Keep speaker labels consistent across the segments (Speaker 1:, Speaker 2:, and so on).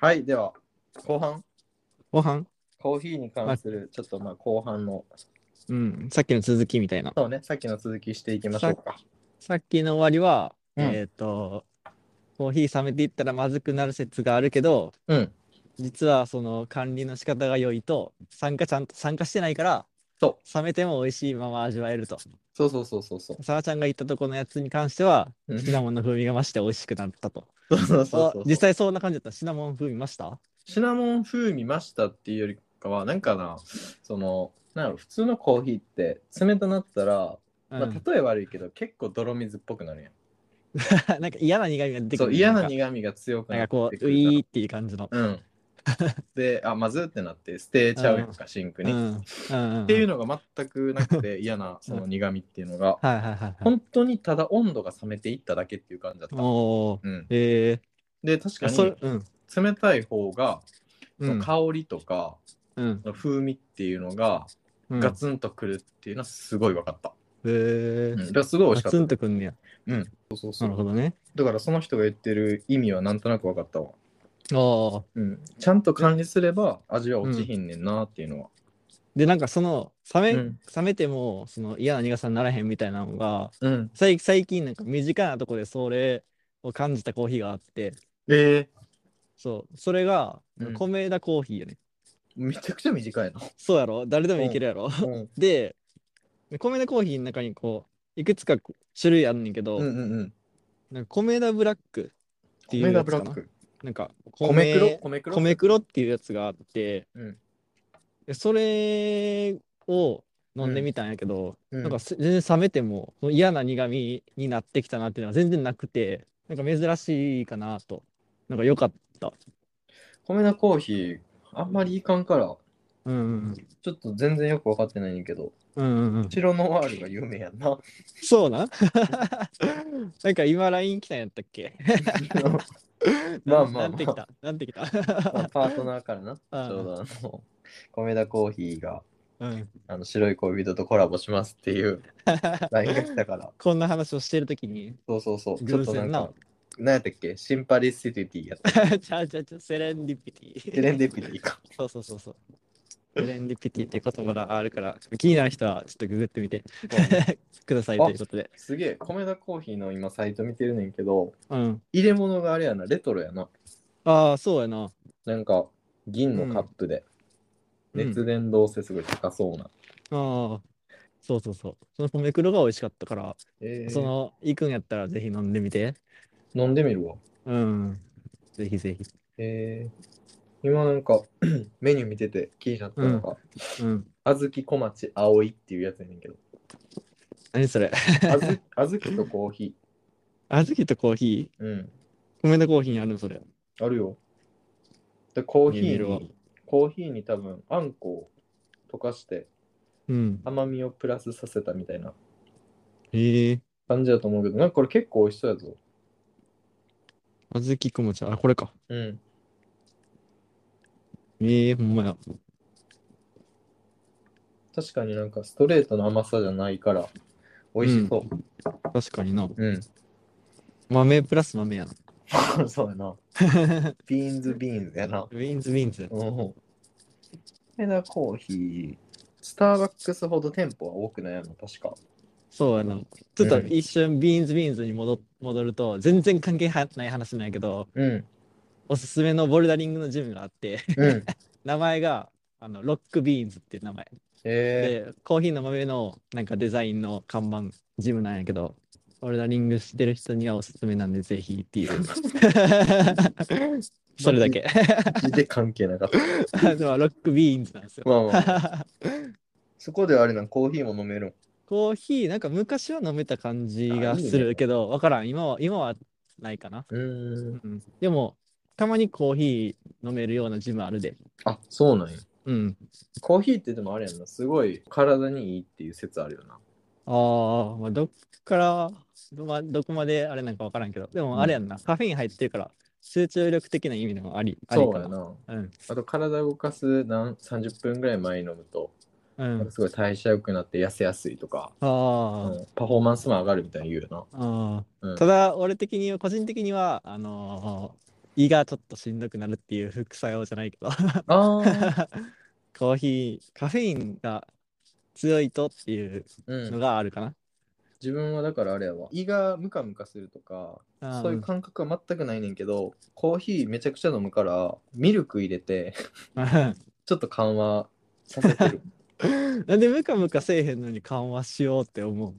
Speaker 1: はい、では、後半、
Speaker 2: ご飯
Speaker 1: コーヒーに関する、ちょっとまあ後半の、
Speaker 2: うん。さっきの続きみたいな。
Speaker 1: そうね、さっきの続きしていきましょうか。
Speaker 2: さっきの終わりは、
Speaker 1: うん
Speaker 2: えっ、と、コーヒー冷めていったらまずくなる説があるけど、
Speaker 1: うん、
Speaker 2: 実はその管理の仕方が良いと、酸化ちゃんと酸化してないから、
Speaker 1: そ
Speaker 2: 冷めても美味しいまま味わえると。
Speaker 1: そうそうそうそうそう。
Speaker 2: さわちゃんが言ったとこのやつに関しては、
Speaker 1: うん
Speaker 2: シナモンの風味が増して美味しくなったと。
Speaker 1: そうそうそうそう
Speaker 2: あ実際そんな感じだった。シナモン風味増した
Speaker 1: シナモン風味ましたっていうよりかは、なんかな、その、なんやろ普通のコーヒーって、冷たなったら、
Speaker 2: うん、
Speaker 1: まあ、例え悪いけど、結構泥水っぽくなるやん。
Speaker 2: なんか嫌な苦味が出てく
Speaker 1: そ
Speaker 2: る。
Speaker 1: う、嫌な
Speaker 2: 味。
Speaker 1: 苦味が強く
Speaker 2: なん
Speaker 1: な
Speaker 2: か
Speaker 1: って
Speaker 2: こう、
Speaker 1: く
Speaker 2: ウ
Speaker 1: るから
Speaker 2: ィーっていう感じの。
Speaker 1: うん。 で、あ、まずってなって、捨てちゃうやんか、シンク
Speaker 2: うん。
Speaker 1: に。
Speaker 2: う
Speaker 1: っ
Speaker 2: んうん。って
Speaker 1: いう
Speaker 2: の。
Speaker 1: のが全くなくて、嫌なその苦味っていうのが、
Speaker 2: はいはいはいはい。
Speaker 1: 本当にただ温度が冷めていっただけっていう感じだった。
Speaker 2: おー。
Speaker 1: うん、
Speaker 2: え
Speaker 1: で、確
Speaker 2: ー、
Speaker 1: か
Speaker 2: あそれ
Speaker 1: に
Speaker 2: うん。
Speaker 1: 冷たい方が、
Speaker 2: う
Speaker 1: その
Speaker 2: ん。
Speaker 1: 香りとか、
Speaker 2: うん。
Speaker 1: その風味っていうのが、
Speaker 2: うん
Speaker 1: ガツンとくるっていうのはすごい分かった。
Speaker 2: えー
Speaker 1: うん、だからすごい美味しかった
Speaker 2: ガツ。ンとくんねや。
Speaker 1: そうそうそ
Speaker 2: なる
Speaker 1: う
Speaker 2: ほどね。
Speaker 1: だからその人が言ってる意味はなんとなく分かったわ。
Speaker 2: ああ。
Speaker 1: うん、ちゃんと管理すれば味は落ちひんねんなっていうのは。
Speaker 2: で、なんかその、冷め、
Speaker 1: うん
Speaker 2: 冷めても、その嫌な苦さにならへんみたいなのが、
Speaker 1: うん。
Speaker 2: 最最近なんか身近なとこでそれを感じたコーヒーがあって、
Speaker 1: え
Speaker 2: そう、それが
Speaker 1: うん、
Speaker 2: 米田コーヒーやね。
Speaker 1: ー、めちゃくちゃ短 いな。
Speaker 2: そうやろ誰でもいけるやろ、
Speaker 1: うん
Speaker 2: で、米田コーヒーの中にこう、いくつか種類あんねんけど、
Speaker 1: うんうんうん。
Speaker 2: なんか米田ブラックっていう
Speaker 1: 米が
Speaker 2: やつ
Speaker 1: ブ
Speaker 2: か
Speaker 1: ラ
Speaker 2: な
Speaker 1: ッ。ク。
Speaker 2: なんか
Speaker 1: 米黒米黒
Speaker 2: 米黒っていうやつがあって、
Speaker 1: うん
Speaker 2: でそれを飲んでみたんやけど、
Speaker 1: うん
Speaker 2: なんかす全然冷めてもその嫌な苦味になってきたなっていうのは全然なくてなんか珍しいかなとなんか良かった、
Speaker 1: 米田コーヒー、あんまりいかんから、
Speaker 2: うんうん
Speaker 1: ちょっと全然よく分かってないねんけど、
Speaker 2: うん、うんうんうん、
Speaker 1: 白ノワールが有名やん な。
Speaker 2: そうなんなんか今 LINE 来たんやったっけ
Speaker 1: まあまあまあ
Speaker 2: なんてきたなんて きた
Speaker 1: まあパートナーからな、ち
Speaker 2: ああ
Speaker 1: ょうどあの、米田コーヒーが
Speaker 2: うん、
Speaker 1: あの白い恋人とコラボしますっていう LINE が来たから、
Speaker 2: こんな話をしてるときに
Speaker 1: そうそうそう、ちょっ
Speaker 2: 偶
Speaker 1: となん
Speaker 2: 然な
Speaker 1: か、なんやったっけ、シンパリシティティやった。
Speaker 2: ちゃうちゃうちゃうセレンディピティ
Speaker 1: セレンディピティか。
Speaker 2: そうそうそうそう。ブレンディピティっていう言葉があるから、気になる人はちょっとググってみてくださいということで。
Speaker 1: すげえ、米田コーヒーの今サイト見てるねんけど、
Speaker 2: うん。
Speaker 1: 入れ物があれやな、レトロやな。
Speaker 2: ああ、そうやな。
Speaker 1: なんか、銀のカップで、
Speaker 2: うん
Speaker 1: 熱伝導性すごい高そうな。
Speaker 2: ああ。そうそうそう。その米黒が美味しかったから、
Speaker 1: えー
Speaker 2: その、行くんやったらぜひ飲んでみて。
Speaker 1: 飲んでみるわ。
Speaker 2: うん。ぜひぜひ。
Speaker 1: えー、今なんか メニュー見てて気になったのが、
Speaker 2: うん。
Speaker 1: あずき小町葵っていうやつやねんけど、
Speaker 2: 何それ。
Speaker 1: あ ずあずきとコーヒ
Speaker 2: あずきとコーヒ
Speaker 1: ー、うん、
Speaker 2: ー。米のコーヒーにあるのそれ。
Speaker 1: あるよ。で、コーヒ
Speaker 2: 見え
Speaker 1: ー
Speaker 2: るわ
Speaker 1: に、コーヒーに多分あんこを溶かして
Speaker 2: うん。
Speaker 1: 甘みをプラスさせたみたいな
Speaker 2: へえ。
Speaker 1: 感じだと思うけど、なんかこれ結構美味しそうやぞ。
Speaker 2: あずきこもちゃん。あ、これか。
Speaker 1: うん。
Speaker 2: ええ、ほんまや。
Speaker 1: 確かになんかストレートの甘さじゃないから、美味しそう。
Speaker 2: 確かにな。
Speaker 1: うん。
Speaker 2: 豆プラス豆やな。
Speaker 1: そうやな。ビーンズビーンズやな。
Speaker 2: ウィンズウィンズ。
Speaker 1: うん。メダコーヒー、スターバックスほど店舗は多くないの、確か。
Speaker 2: そうやな。ちょっと
Speaker 1: うん
Speaker 2: 一瞬、ビーンズビーンズに戻戻ると、全然関係はない話なんやけど、
Speaker 1: うん。
Speaker 2: おすすめのボルダリングのジムがあって、
Speaker 1: うん。
Speaker 2: 名前があのロックビーンズっていう名前。
Speaker 1: え
Speaker 2: で、コーヒーの豆のなんかデザインの看板ジムなんやけど、ボルダリングしてる人にはおすすめなんで、ぜひっていう。 それだけ。
Speaker 1: ー、字で関係なか った。
Speaker 2: でもロックビーンズなんですよ。
Speaker 1: まあまあまあ、そこではあれなん、コーヒーも飲めるん。
Speaker 2: コーヒー、なんか昔は飲めた感じ
Speaker 1: あ
Speaker 2: が
Speaker 1: いいね
Speaker 2: するけど、わからん。今は、今はないかな。
Speaker 1: うーん。
Speaker 2: うんでも、たまにコーヒー飲めるようなジムあるで。
Speaker 1: あ、そうなんや。
Speaker 2: うん。
Speaker 1: コーヒーってでもあれやんな、すごい体にいいっていう説あるよな。
Speaker 2: ああ、まあ、どっから、ど,、まあ、どこまであれなんかわからんけど、で
Speaker 1: うん
Speaker 2: もあれやんな、カフェイン入ってるから、集中力的な意味でもあり、あり
Speaker 1: そ
Speaker 2: か
Speaker 1: うやな。
Speaker 2: うん。
Speaker 1: あと体動かすなん30分ぐらい前に飲むと、
Speaker 2: うん。
Speaker 1: すごい代謝良くなって痩せやすいとか、
Speaker 2: あ
Speaker 1: うんパフォーマンスも上がるみたいに言うよ
Speaker 2: あ、ああ
Speaker 1: な。うん
Speaker 2: ただ、俺的には、個人的には、あのー胃がちょっとしんどくなるっていう副作用じゃないけど
Speaker 1: あ あ。
Speaker 2: コーヒーカフェインが強いとっていう
Speaker 1: う
Speaker 2: の
Speaker 1: ん。
Speaker 2: があるかな、
Speaker 1: 自分はだからあれやわ。胃がムカムカするとか、
Speaker 2: あー
Speaker 1: そういう感覚は全くないねんけど、コーヒーめちゃくちゃ飲むから、ミルク入れて、 ちょっと緩和させ てる。
Speaker 2: なんでムカムカせえへんのに緩和しようって思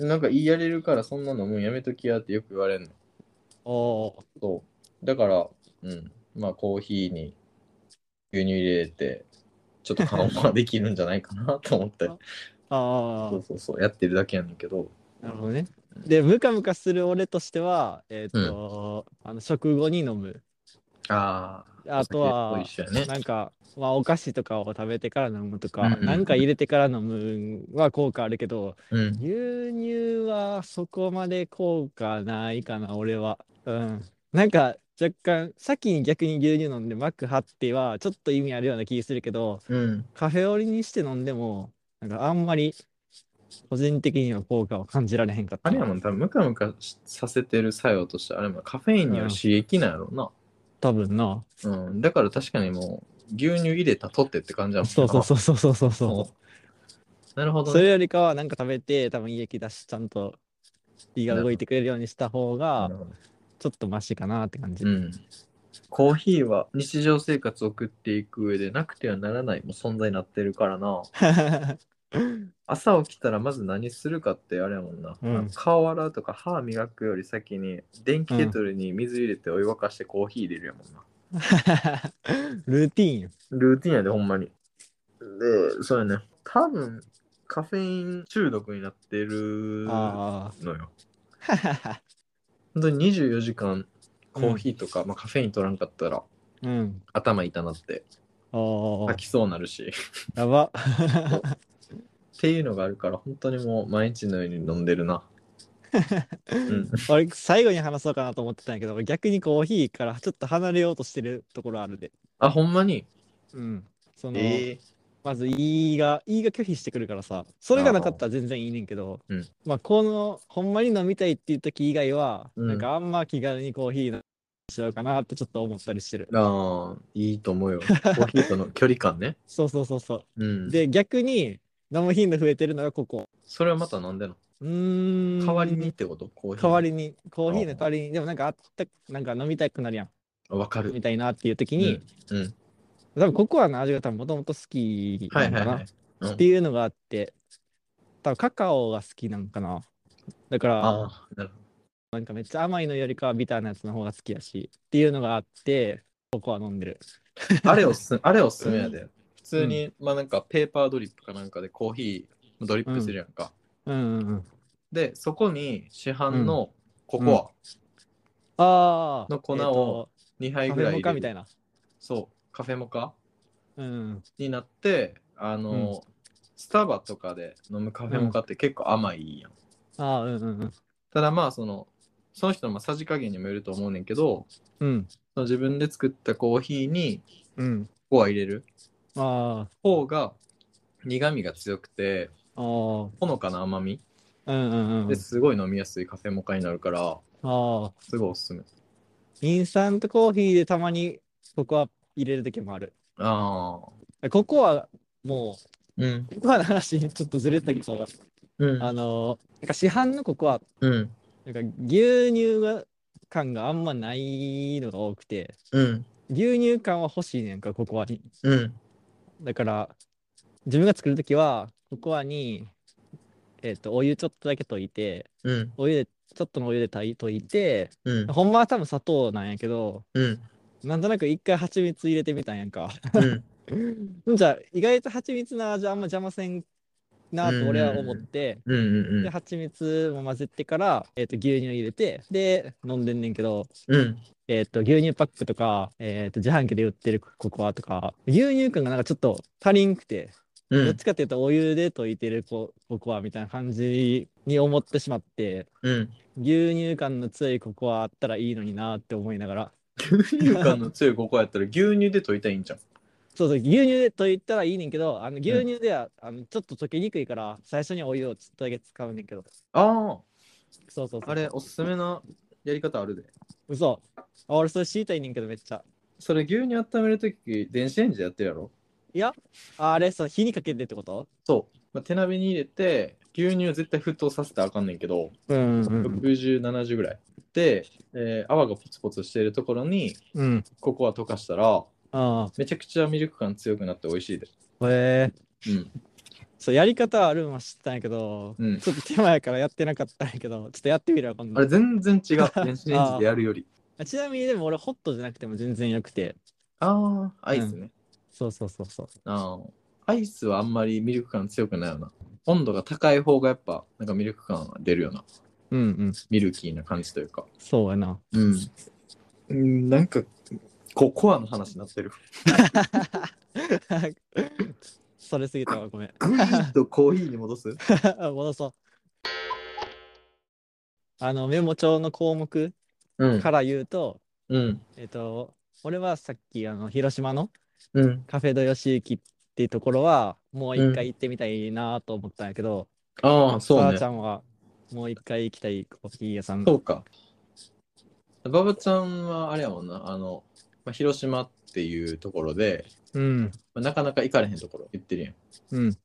Speaker 1: なんか言いやれるからそんなのもうやめときやってよく言われんの。
Speaker 2: うお
Speaker 1: そう。だから、うん。まあコーヒーに牛乳入れて、ちょっと緩和できるんじゃないかなと思 ったり。
Speaker 2: ーあ
Speaker 1: そうそうそう。やってるだけやねんけど。
Speaker 2: あなるほどねでムカムカする俺としてはえっ、と、あの食後に飲む
Speaker 1: ああ。
Speaker 2: あとは
Speaker 1: お酒と一緒やね。
Speaker 2: なんか、まあ、お菓子とかを食べてから飲むとか、
Speaker 1: うんうん
Speaker 2: なんか入れてから飲むは効果あるけど、
Speaker 1: うん。
Speaker 2: 牛乳はそこまで効果ないかな、俺は。うん。なんか、若干、先に逆に牛乳飲んで膜張っては、ちょっと意味あるような気するけど、
Speaker 1: うん。
Speaker 2: カフェオレにして飲んでも、なんかあんまり、個人的には効果を感じられへんかった。
Speaker 1: あれやもん、多分ムカムカしさせてる作用として、あれもカフェインには刺激なんやろうな。
Speaker 2: 多分な。
Speaker 1: うん。だから確かにもう、牛乳入れたとってって感じやもんな
Speaker 2: そうそうそうそうそうそうそう。
Speaker 1: なるほど
Speaker 2: そ
Speaker 1: ね。
Speaker 2: れよりかはなんか食べて多分胃液出しちゃんと胃が動いてくれるようにした方がちょっとマシかなって感じ、
Speaker 1: うん。コーヒーは日常生活を送っていく上でなくてはならないもう存在になってるから な。朝起きたらまず何するかってあれやもんな。
Speaker 2: うん
Speaker 1: 顔洗うとか歯磨くより先に電気ケトルに水入れてお湯沸かしてコーヒー入れるやもんな。
Speaker 2: ルーティーンよ
Speaker 1: ルーティンやでほんまに。で、そうやね。多分カフェイン中毒になってるの
Speaker 2: あ
Speaker 1: よ。
Speaker 2: あ
Speaker 1: 本当に24時間コーヒーとか、まあ、カフェイン取らんかったら
Speaker 2: うん
Speaker 1: 頭痛なって
Speaker 2: お
Speaker 1: 吐きそうなるし。
Speaker 2: やば
Speaker 1: っていうのがあるから本当にもう毎日のように飲んでる な。うん、
Speaker 2: 俺最後に話そうかなと思ってたんやけど俺逆にコーヒーからちょっと離れようとしてるところあるで
Speaker 1: あほんまに
Speaker 2: うんその、
Speaker 1: え
Speaker 2: まず胃が胃が拒否してくるからさそれがなかったら全然いいねんけど
Speaker 1: うん
Speaker 2: まあこのほんまに飲みたいっていう時以外は、
Speaker 1: うん
Speaker 2: なんかあんま気軽にコーヒー飲んしようかなってちょっと思ったりしてる
Speaker 1: ー、あーいいと思うよ。コーヒーとの距離感ね。、
Speaker 2: そうそうそうそううんで逆に飲む頻度増えてるのがここ
Speaker 1: それはまた飲んでんの
Speaker 2: うーん
Speaker 1: 代わりにってことコーヒー。
Speaker 2: 代わりにコーヒーの代わりにでもなんかあったなんか飲みたくなるやん
Speaker 1: あわか
Speaker 2: 飲み
Speaker 1: る。
Speaker 2: たいなっていう時に、
Speaker 1: うん。うん
Speaker 2: 多分ココアの味が多分もともと好き
Speaker 1: は
Speaker 2: ないん
Speaker 1: は
Speaker 2: か
Speaker 1: いは。
Speaker 2: ない
Speaker 1: うん
Speaker 2: っていうのがあって多分カカオが好きなんかなだから
Speaker 1: あーなるほ
Speaker 2: なんかめっちゃ甘いのよりかはビターなやつの方が好きやしっていうのがあってココア飲んでる
Speaker 1: どあれおすす めあれおすすめやで。普通に、まあなんかペーパードリップかなんかでコーヒードリップするやんか。
Speaker 2: うんうんうん
Speaker 1: でそこに市販のココ
Speaker 2: ああ
Speaker 1: の粉を
Speaker 2: え
Speaker 1: ア2
Speaker 2: ー
Speaker 1: 杯
Speaker 2: と
Speaker 1: ぐら
Speaker 2: カフェ
Speaker 1: い
Speaker 2: モ
Speaker 1: 入
Speaker 2: カ
Speaker 1: れ
Speaker 2: みた
Speaker 1: る。
Speaker 2: いな
Speaker 1: そうカフェモカ
Speaker 2: うん
Speaker 1: になってあの、スタバとかで飲むカフェモカって結構甘いやん、
Speaker 2: ああうんうんうん
Speaker 1: ただまあそのその人のまあさじ加減にもよると思うねんけど
Speaker 2: うん
Speaker 1: その自分で作ったコーヒーに
Speaker 2: うん
Speaker 1: コア入れる
Speaker 2: あ
Speaker 1: 方が苦味が強くて
Speaker 2: ああー
Speaker 1: ほのかな甘み
Speaker 2: うんうんうん
Speaker 1: ですごい飲みやすいカフェモカになるから
Speaker 2: ああ
Speaker 1: すごいおすすめ
Speaker 2: インスタントコーヒーでたまにココア入れる時もある
Speaker 1: ああ
Speaker 2: ココアも
Speaker 1: うん
Speaker 2: うココアの話ちょっとずれたけど
Speaker 1: うん
Speaker 2: あのーなんか市販のココア
Speaker 1: うん
Speaker 2: なんか牛乳が感があんまないのが多くて
Speaker 1: うん
Speaker 2: 牛乳感は欲しいねんかココアに
Speaker 1: うん
Speaker 2: だから自分が作る時はココアに、えー、とお湯ちょっとだけ溶いて
Speaker 1: うん
Speaker 2: お湯でちょっとのお湯で炊い溶いて
Speaker 1: うん
Speaker 2: ほんまは多分砂糖なんやけど
Speaker 1: うん
Speaker 2: なんとなく一回蜂蜜入れてみたんやんか
Speaker 1: うん
Speaker 2: じゃあ意外と蜂蜜の味あんま邪魔せんなと俺は思って
Speaker 1: うんうん
Speaker 2: で蜂蜜も混ぜてから、えー、と牛乳入れてで飲んでんねんけど
Speaker 1: うん
Speaker 2: えっと牛乳パックとか、えっと自販機で売ってるココアとか牛乳感がなんかちょっと足りんくて、
Speaker 1: う
Speaker 2: どっ
Speaker 1: ん
Speaker 2: ちかっていうとお湯で溶いてるコココアみたいな感じに思ってしまって
Speaker 1: うん
Speaker 2: 牛乳感の強いココアあったらいいのになって思いながら
Speaker 1: 牛乳感の強いココアやったら牛乳で溶いたらいいんじゃん。
Speaker 2: そうそう牛乳で溶いたらいいねんけどあの牛乳では、あのちょっと溶けにくいから最初にお湯をちょっとだけ使うねんけど
Speaker 1: あ
Speaker 2: そうそうそう
Speaker 1: あ、あれおすすめなやり方あるで。
Speaker 2: 嘘。あ、俺それ知りたいねんけどめっちゃ。
Speaker 1: それ牛乳温めるとき、電子レンジでやってるやろ
Speaker 2: いや、ああれさ、火にかけてってこと
Speaker 1: そう。まあ、手鍋に入れて、牛乳を絶対沸騰させたらあかんねんけど、
Speaker 2: うんうん
Speaker 1: 60、70ぐらい。で、えー泡がポツポツしてるところに、
Speaker 2: うん。
Speaker 1: ココア溶かしたら、
Speaker 2: あ
Speaker 1: めちゃくちゃミルク感強くなって美味しいで。
Speaker 2: あ。へえ。
Speaker 1: うん。
Speaker 2: そう、やり方はあるのは知ってたんやけど、
Speaker 1: うん
Speaker 2: ちょっと手前からやってなかったんやけど、ちょっとやってみるわ、今
Speaker 1: あ
Speaker 2: 度
Speaker 1: れ。全然違う。電子レンジでやるより。
Speaker 2: あちなみにでも俺、ホットじゃなくても全然よくて。
Speaker 1: ああ、アイスね。
Speaker 2: そうそうそうそう。
Speaker 1: あーアイスはあんまりミルク感強くないよな。温度が高い方がやっぱ、なんかミルク感が出るような。
Speaker 2: うんうん。
Speaker 1: ミルキーな感じというか。
Speaker 2: そうやな。
Speaker 1: うん。なんか、ココアの話になってる。
Speaker 2: それすぎたわ、ごめん。
Speaker 1: グリーンとコーヒーに戻す
Speaker 2: 戻そう。あの、メモ帳の項目
Speaker 1: うん。
Speaker 2: から言うと、
Speaker 1: うん。
Speaker 2: えっと、俺はさっき、あの、広島の
Speaker 1: うん。
Speaker 2: カフェドヨシユキっていうところは、もう一回行ってみたいなと思ったんやけど、
Speaker 1: ああ、そう
Speaker 2: ばあ
Speaker 1: ね
Speaker 2: ちゃ。んは、もう一回行きたいコーヒー屋さん。
Speaker 1: そうか。ババちゃんはあれやもんな、あの、まあ、広島っていうところで、
Speaker 2: うん、
Speaker 1: まあなかなか行かれへんところ言ってるやん。
Speaker 2: うん、
Speaker 1: そ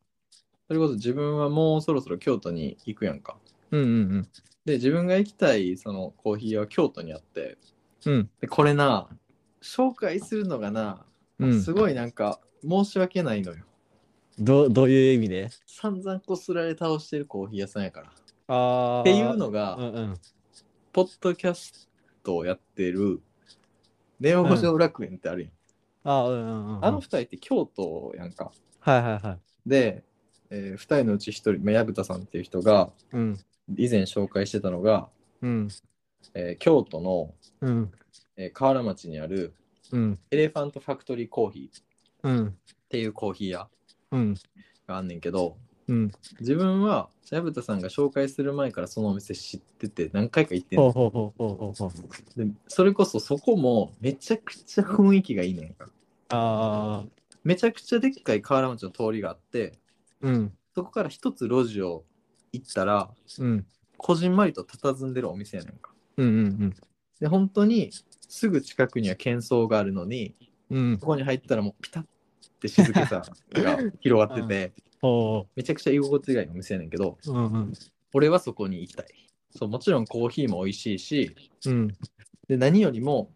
Speaker 1: れこそ自分はもうそろそろ京都に行くやんか。
Speaker 2: うん、うん、
Speaker 1: で、自分が行きたいそのコーヒーは京都にあって、
Speaker 2: うん、
Speaker 1: でこれな、紹介するのがな、
Speaker 2: うん
Speaker 1: す。ごいなんか申し訳ないのよ。
Speaker 2: どどういう意味で
Speaker 1: 散々こすられ倒してるコーヒー屋さんやから。っ
Speaker 2: ああ。
Speaker 1: ていうのが、
Speaker 2: うんうん。
Speaker 1: ポッドキャストをやってる、ネオ五条楽園ってあるやん。
Speaker 2: あーうんうんうんうん。
Speaker 1: あの二人って京都やんか。
Speaker 2: はいはいはい。
Speaker 1: で、えー、2人のうち1人、まあ、薮田さんっていう人が
Speaker 2: うん、
Speaker 1: 以前紹介してたのが、
Speaker 2: うん、
Speaker 1: えー京都の、
Speaker 2: うん、
Speaker 1: えー河原町にある
Speaker 2: うん、
Speaker 1: エレファントファクトリーコーヒーっ
Speaker 2: うん、
Speaker 1: ていうコーヒー屋
Speaker 2: うん、
Speaker 1: があんねんけど
Speaker 2: うん。
Speaker 1: 自分は薮田さんが紹介する前からそのお店知ってて何回か行ってん
Speaker 2: ほ
Speaker 1: ね
Speaker 2: うほうほうほうほうほう。
Speaker 1: んでそれこそそこもめちゃくちゃ雰囲気がいいねんか
Speaker 2: ああ、
Speaker 1: めちゃくちゃでっかい河原町の通りがあって
Speaker 2: うん、
Speaker 1: そこから一つ路地を行ったら
Speaker 2: うん、
Speaker 1: こじんまりと佇んでるお店やねんか
Speaker 2: うん、うん、
Speaker 1: で本当にすぐ近くには喧騒があるのに
Speaker 2: うん、うん
Speaker 1: こ。こに入ったらもうピタッて静けさが広がってて
Speaker 2: ほ
Speaker 1: めちゃくちゃ居心地がいいお店やねんけど
Speaker 2: う。うん、うん、
Speaker 1: 俺はそこに行きたいそうもちろんコーヒーも美味しいし
Speaker 2: うん。
Speaker 1: で何よりも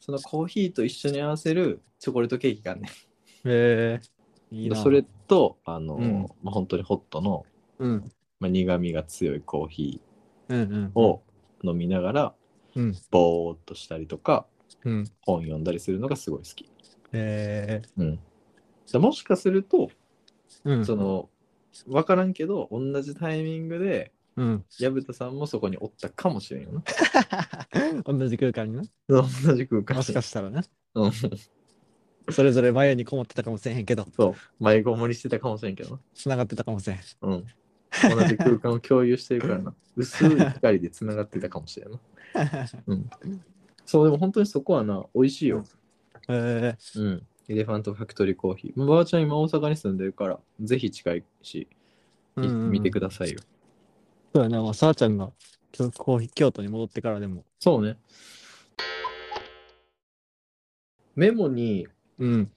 Speaker 1: そのコーヒーと一緒に合わせるチョコレートケーキがあんね
Speaker 2: へえ。いい
Speaker 1: ん
Speaker 2: な。
Speaker 1: それ、とあの、
Speaker 2: うん
Speaker 1: まあ、本当にホットの、
Speaker 2: うん、
Speaker 1: まあ、苦みが強いコーヒ
Speaker 2: うん、うん
Speaker 1: ー。を飲みながら
Speaker 2: うん、
Speaker 1: ぼーっとしたりとか
Speaker 2: うん。
Speaker 1: 本読んだりするのがすごい好き、
Speaker 2: へえ。
Speaker 1: うん、でもしかすると
Speaker 2: うん、
Speaker 1: その分からんけど同じタイミングで
Speaker 2: うん。
Speaker 1: 薮田さんもそこにおったかもしれんよな
Speaker 2: 同じ空間にな。
Speaker 1: 同じ空間
Speaker 2: もしかしたらね。
Speaker 1: うん
Speaker 2: それぞれ前にこもってたかもしれへんけど、
Speaker 1: そう迷子盛りしてたかもしれんけど
Speaker 2: 繋がってたかもしれへん。
Speaker 1: な、うん、同じ空間を共有してるから な薄い光でつながってたかもしれんなそうでも本当にそこはな美味しいよ、
Speaker 2: へえ。
Speaker 1: うん、エレファントファクトリーコーヒーばあちゃん今大阪に住んでるからぜひ近いしい見てく
Speaker 2: だ
Speaker 1: ださいよ、
Speaker 2: そうやな、まあ、さあちゃんが京コーヒー京都に戻ってからでも。
Speaker 1: そうねメモに
Speaker 2: うん。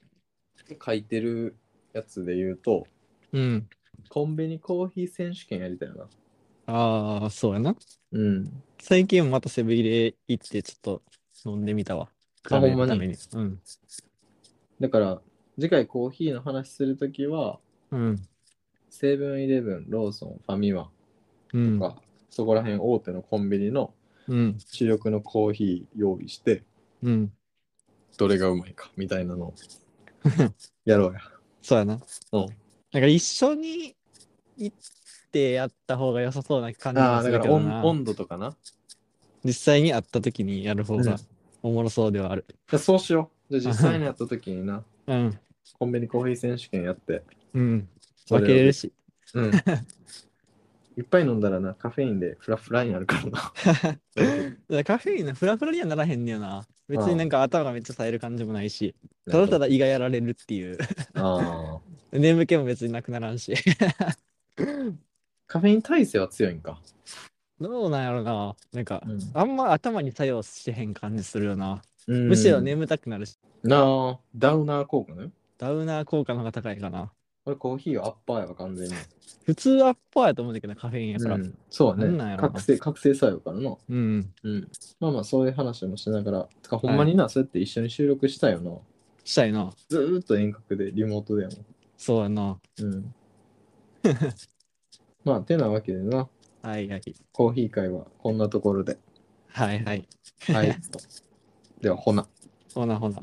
Speaker 1: 書いてるやつで言うと
Speaker 2: うん。
Speaker 1: コンビニコーヒー選手権やりたいな
Speaker 2: ああ、そうやな。
Speaker 1: うん
Speaker 2: 最近またセブン入れ行って、ちょっと飲んでみたわ。
Speaker 1: あほんまに
Speaker 2: 比べるために。
Speaker 1: だから次回コーヒーの話するときは
Speaker 2: うん。うん。
Speaker 1: セブンイレブンローソンファミマ
Speaker 2: うん
Speaker 1: とか、。そこら辺大手のコンビニの
Speaker 2: うん。
Speaker 1: 主力のコーヒー用意して
Speaker 2: うん。
Speaker 1: どれがうまいかみたいなの をやろうや
Speaker 2: そうやな。
Speaker 1: うん
Speaker 2: なんか一緒に行ってやった方が良さそうな感じ
Speaker 1: あ
Speaker 2: が
Speaker 1: あ
Speaker 2: す
Speaker 1: だ
Speaker 2: る
Speaker 1: か
Speaker 2: け
Speaker 1: ら
Speaker 2: ど
Speaker 1: 温
Speaker 2: な。
Speaker 1: 温度とかな
Speaker 2: 実際に会った時にやる方
Speaker 1: うん
Speaker 2: がおもろそうではある。
Speaker 1: じゃあそうしようじゃあ実際にやった時にな
Speaker 2: うん。
Speaker 1: コンビニコーヒー選手権やって
Speaker 2: うん。
Speaker 1: それを
Speaker 2: 分けれるし。
Speaker 1: うん いっぱい飲んだらなカフェインでフラフラになるからな
Speaker 2: だからカフェインのフラフラにはならへんねよな。別になんか頭がめっちゃ冴える感じもないし、 ただただ胃がやられるっていう。
Speaker 1: ああ
Speaker 2: 眠気も別になくならんし。
Speaker 1: カフェイン耐性は強いんか。
Speaker 2: どうなんやろな。なんか、
Speaker 1: うん
Speaker 2: あんま頭に作用してへん感じするよな。
Speaker 1: うん
Speaker 2: むしろ眠たくなるし、
Speaker 1: なあダウナー効果ね
Speaker 2: ダウナー効果の方が高いかな。
Speaker 1: これコーヒーはアッパーやわ完全に、
Speaker 2: 普通アッパーやと思うんだけど、カフェインやから。
Speaker 1: う
Speaker 2: うん。
Speaker 1: ん、そう
Speaker 2: なんなんや
Speaker 1: ね
Speaker 2: ろな
Speaker 1: 覚醒覚醒作用からな
Speaker 2: うん、
Speaker 1: うんまあまあそういう話もしながらてかほんまにな、そうやって一緒に収録したよな
Speaker 2: したいな。
Speaker 1: ずーっと遠隔でリモートでやもん
Speaker 2: そうやな。
Speaker 1: うん。まあ、てなわけでな、
Speaker 2: はいはい。
Speaker 1: コーヒー会はこんなところで。
Speaker 2: はいはい。
Speaker 1: はい。では、ほな。
Speaker 2: ほなほな。